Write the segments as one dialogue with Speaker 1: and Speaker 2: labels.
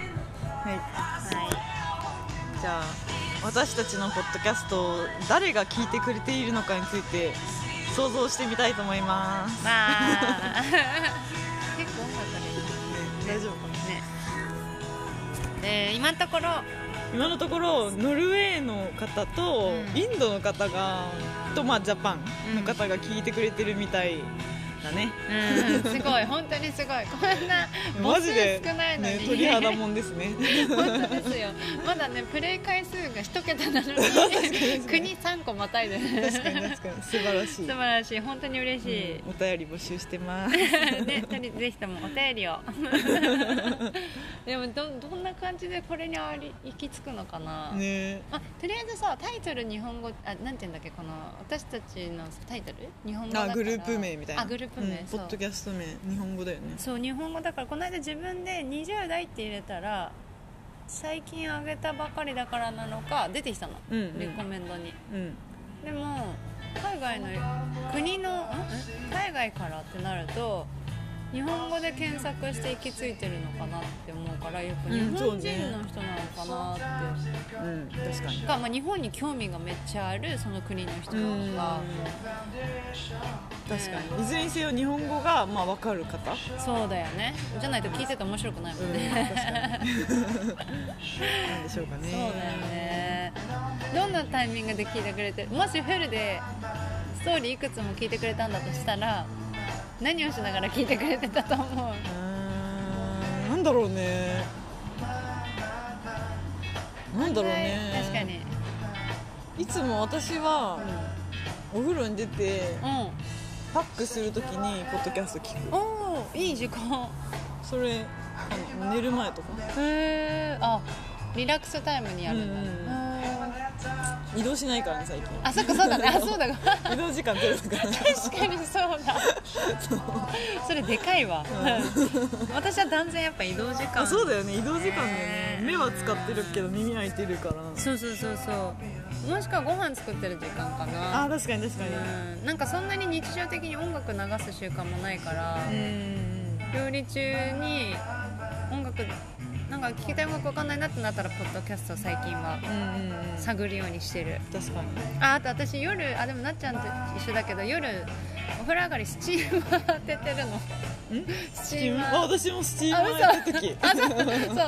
Speaker 1: はい
Speaker 2: は
Speaker 1: じゃあ私たちのポッドキャストを誰が聞いてくれているのかについて想像してみたいと思います
Speaker 2: いまあ 結構音楽で
Speaker 1: 大丈夫かな
Speaker 2: ねえー今のところ
Speaker 1: 今のところノルウェーの方と
Speaker 2: うん
Speaker 1: インドの方が、とまあジャパンの方が聞いてくれてるみたいだね、
Speaker 2: うんすごい本当にすごいこんな
Speaker 1: マジで、
Speaker 2: 母数少ないのに
Speaker 1: ね、鳥肌もんですね
Speaker 2: 本当ですよまだねプレイ回数が一桁なのに国3個またいでね
Speaker 1: 確かに確かに素晴らし
Speaker 2: 素
Speaker 1: い
Speaker 2: 晴らしい本当に嬉しい、
Speaker 1: うんお便り募集してます
Speaker 2: ね、とりぜひともお便 りをでもどどんな感じでこれにあり行き着くのかな、
Speaker 1: ね
Speaker 2: まあ、とりあえずさタイトル日本語あなんていうんだっけこの私たちのタイトル日本語だか
Speaker 1: あ
Speaker 2: ら
Speaker 1: グループ名みたいな
Speaker 2: あグループ名、
Speaker 1: うん
Speaker 2: そ
Speaker 1: ポ
Speaker 2: う
Speaker 1: ッドキャスト名日本語だよね
Speaker 2: そう日本語だからこの間自分で20代って入れたら最近あげたばかりだからなのか出てきたの、
Speaker 1: うん
Speaker 2: レコメンドに
Speaker 1: うんうん
Speaker 2: でも海外の国のんん海外からってなると日本語で検索して行き着いてるのかなって思うからやっぱ日
Speaker 1: うんそう
Speaker 2: 本
Speaker 1: ね
Speaker 2: 人の人なのかなって、
Speaker 1: うん確かに
Speaker 2: がまあ、日本に興味がめっちゃあるその国の人
Speaker 1: う
Speaker 2: なの
Speaker 1: ん
Speaker 2: か、
Speaker 1: 確かにいずれにせよ日本語がまあ分かる方、
Speaker 2: そうだよねじゃないと聞いてて面白くないも
Speaker 1: うんん、
Speaker 2: ね、
Speaker 1: 確かになんでしょうかね
Speaker 2: そうだよねどんなタイミングで聞いてくれてもしフルでストーリーいくつも聞いてくれたんだとしたら何をしながら聞いてくれてたと思う
Speaker 1: うーんなんだろうねなんだろうね
Speaker 2: 確かに
Speaker 1: いつも私はお風呂に出て
Speaker 2: うん
Speaker 1: パックするときにポッドキャスト聞く
Speaker 2: おおいい時間
Speaker 1: それあの寝る前とか
Speaker 2: へえあリラックスタイムにやるんだ、
Speaker 1: うん
Speaker 2: あ
Speaker 1: 移動しないからね最近
Speaker 2: ーあそっかそうだねあそうだ
Speaker 1: 移動時間ゼロだから
Speaker 2: 確かにそうだそれでかいわ、私は断然やっぱ移動時間
Speaker 1: あそうだよね移動時間だよ
Speaker 2: ね
Speaker 1: ね目は使ってるけど耳開いてるから
Speaker 2: そうそうそうそうもしくはご飯作ってる時間かな
Speaker 1: あ確かに確かに
Speaker 2: うんなんかそんなに日常的に音楽流す習慣もないから、
Speaker 1: うん
Speaker 2: 料理中に音楽なんか聞きたい音楽わかんないなってなったらポッドキャストを最近は
Speaker 1: うんうんうん
Speaker 2: 探るようにしてる
Speaker 1: 確かに
Speaker 2: ああと私夜あでもなっちゃんと一緒だけど夜お風呂上がりスチーマー当ててるの
Speaker 1: ん
Speaker 2: ス
Speaker 1: チ
Speaker 2: チ
Speaker 1: ー
Speaker 2: ー
Speaker 1: ム
Speaker 2: マ
Speaker 1: あ
Speaker 2: ー
Speaker 1: 私もスチームーやってる時
Speaker 2: あそう そうスチームタ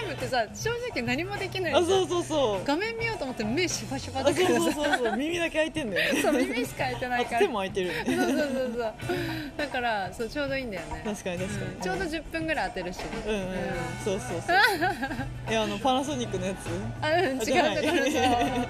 Speaker 2: イムってさ正直何もできない
Speaker 1: あ
Speaker 2: じゃ
Speaker 1: そ
Speaker 2: ん
Speaker 1: うそうそう
Speaker 2: 画面見ようと思って目しばしば
Speaker 1: あそ
Speaker 2: だ
Speaker 1: う
Speaker 2: からさ
Speaker 1: そうそうそう耳だけ開いてんだよね
Speaker 2: そう耳しか開いてな
Speaker 1: あ
Speaker 2: いから
Speaker 1: 手も開いてるよ
Speaker 2: そう
Speaker 1: ね
Speaker 2: そうそうそうだからそうちょうどいいんだよね、
Speaker 1: 確かに確かに、
Speaker 2: うんちょうど10分ぐらい当てるし
Speaker 1: うんうん、そうそう そういやあのパナソニックのやつ
Speaker 2: あうん違う違う
Speaker 1: じゃない
Speaker 2: 違う、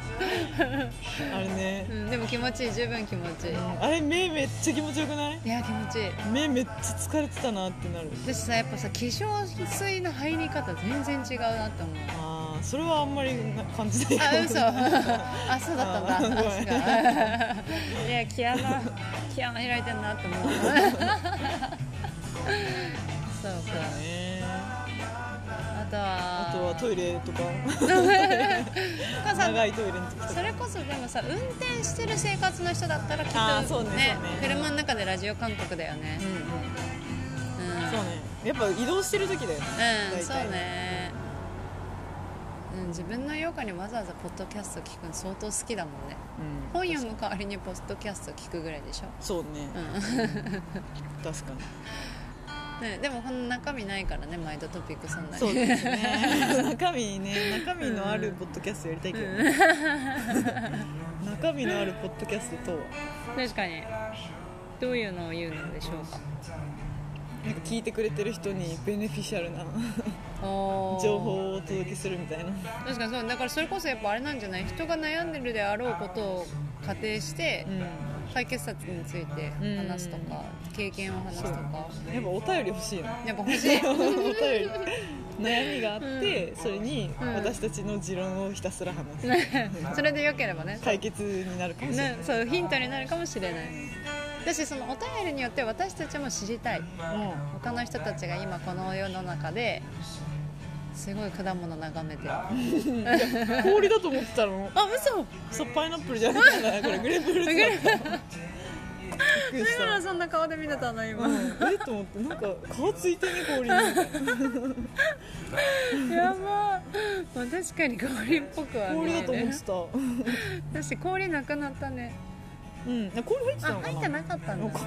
Speaker 1: あれね
Speaker 2: う、ん、でも気持ちいい十分気持ちいい
Speaker 1: あれ目めっちゃ気持ちよくない
Speaker 2: いや気持ちいい
Speaker 1: 目めっちゃ疲れてたなってなる
Speaker 2: 私さやっぱさ化粧水の入り方全然違うなって思う
Speaker 1: ああそれはあんまりな感じない
Speaker 2: あ 嘘あそうだったんだ
Speaker 1: あご
Speaker 2: 確
Speaker 1: めん
Speaker 2: かいや毛穴毛穴開いてんなって思 うそうか
Speaker 1: ね
Speaker 2: あとは
Speaker 1: あとはトイレとか
Speaker 2: お母さん
Speaker 1: 長いトイレの時とか
Speaker 2: それこそでもさ運転してる生活の人だったらきっと
Speaker 1: あーそうねそうね
Speaker 2: 車の中でラジオ韓国だよね
Speaker 1: うんうん
Speaker 2: うん
Speaker 1: そうねやっぱ移動してる時だよね
Speaker 2: うん
Speaker 1: 大体
Speaker 2: そうねうん自分の用歌にわざわざポッドキャスト聞くの相当好きだもんね
Speaker 1: うん
Speaker 2: 本読む代わりにポッドキャスト聞くぐらいでしょ、
Speaker 1: そうね、
Speaker 2: う
Speaker 1: 確 かに
Speaker 2: んね、でもこの中身ないからね毎度トピックそんなに
Speaker 1: そうですね中身ね中身のあるポッドキャストやりたいけどね、 中身のあるポッドキャストとは
Speaker 2: 確かにどういうのを言うのでしょう
Speaker 1: なんか聞いてくれてる人にベネフィシャルな
Speaker 2: かおー
Speaker 1: 情報をお届けするみたいな
Speaker 2: 確かにそうだからそれこそやっぱあれなんじゃない人が悩んでるであろうことを仮定して
Speaker 1: うん
Speaker 2: 解決策について話すとか、経験を話すとか
Speaker 1: やっぱお便り欲しい な
Speaker 2: やっぱ欲しい
Speaker 1: お便り悩みがあって、それに
Speaker 2: うん
Speaker 1: 私たちの持論をひたすら話す、
Speaker 2: それでよければね
Speaker 1: 解決になるかもしれない、
Speaker 2: ねそうヒントになるかもしれないだしそのお便りによって私たちも知りたい他の人たちが今この世の中ですごい果物眺めてるあ
Speaker 1: うん氷だと思ってたの
Speaker 2: 嘘
Speaker 1: そうパイナップルじゃなくてこれグレープフルーツだったびっくり
Speaker 2: だ
Speaker 1: し
Speaker 2: か
Speaker 1: た
Speaker 2: らそんな顔で見てたの今、
Speaker 1: うんえっと思ってなんか顔ついてね氷にみたいな
Speaker 2: やばまあ、確かに氷っぽくは
Speaker 1: 氷
Speaker 2: 見える
Speaker 1: だと思ってた
Speaker 2: 私氷なくなったね
Speaker 1: うん氷入ってた
Speaker 2: あ
Speaker 1: のか
Speaker 2: 入
Speaker 1: な
Speaker 2: ってなかったんだ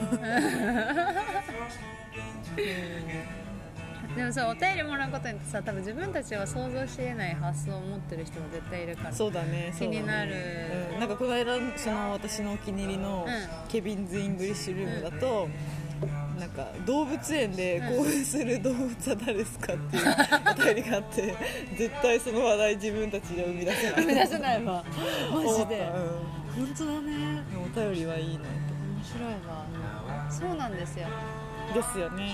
Speaker 2: でもさお便りもらうことによってさ多分自分たちは想像しえない発想を持ってる人も絶対いるから
Speaker 1: そうだねそうだね
Speaker 2: 気になる
Speaker 1: うん、なんかこの間その私のお気に入りの
Speaker 2: う
Speaker 1: ケビンズ・イングリッシュルームだと、なんか動物園で
Speaker 2: うん
Speaker 1: 興奮する動物は誰ですかっていうお便りがあって絶対その話題自分たちで生み出せない
Speaker 2: 生み出せないわ マ
Speaker 1: 思
Speaker 2: ジ
Speaker 1: った
Speaker 2: で
Speaker 1: う
Speaker 2: 本当だね
Speaker 1: ん、でもお便りはいいな
Speaker 2: 面白いわそうなんですよ、
Speaker 1: とですよね、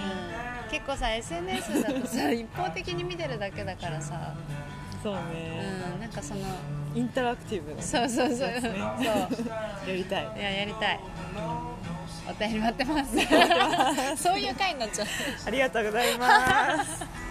Speaker 2: うん、結構さ SNS だと さ一方的に見てるだけだからさ、
Speaker 1: そう
Speaker 2: う
Speaker 1: ね、
Speaker 2: ん、なんかその
Speaker 1: インタラクティブな
Speaker 2: そうそうそう
Speaker 1: やつ
Speaker 2: そう
Speaker 1: ねやりたい
Speaker 2: いややりたいお便り待ってます そういう回になっちゃう
Speaker 1: ありがとうございます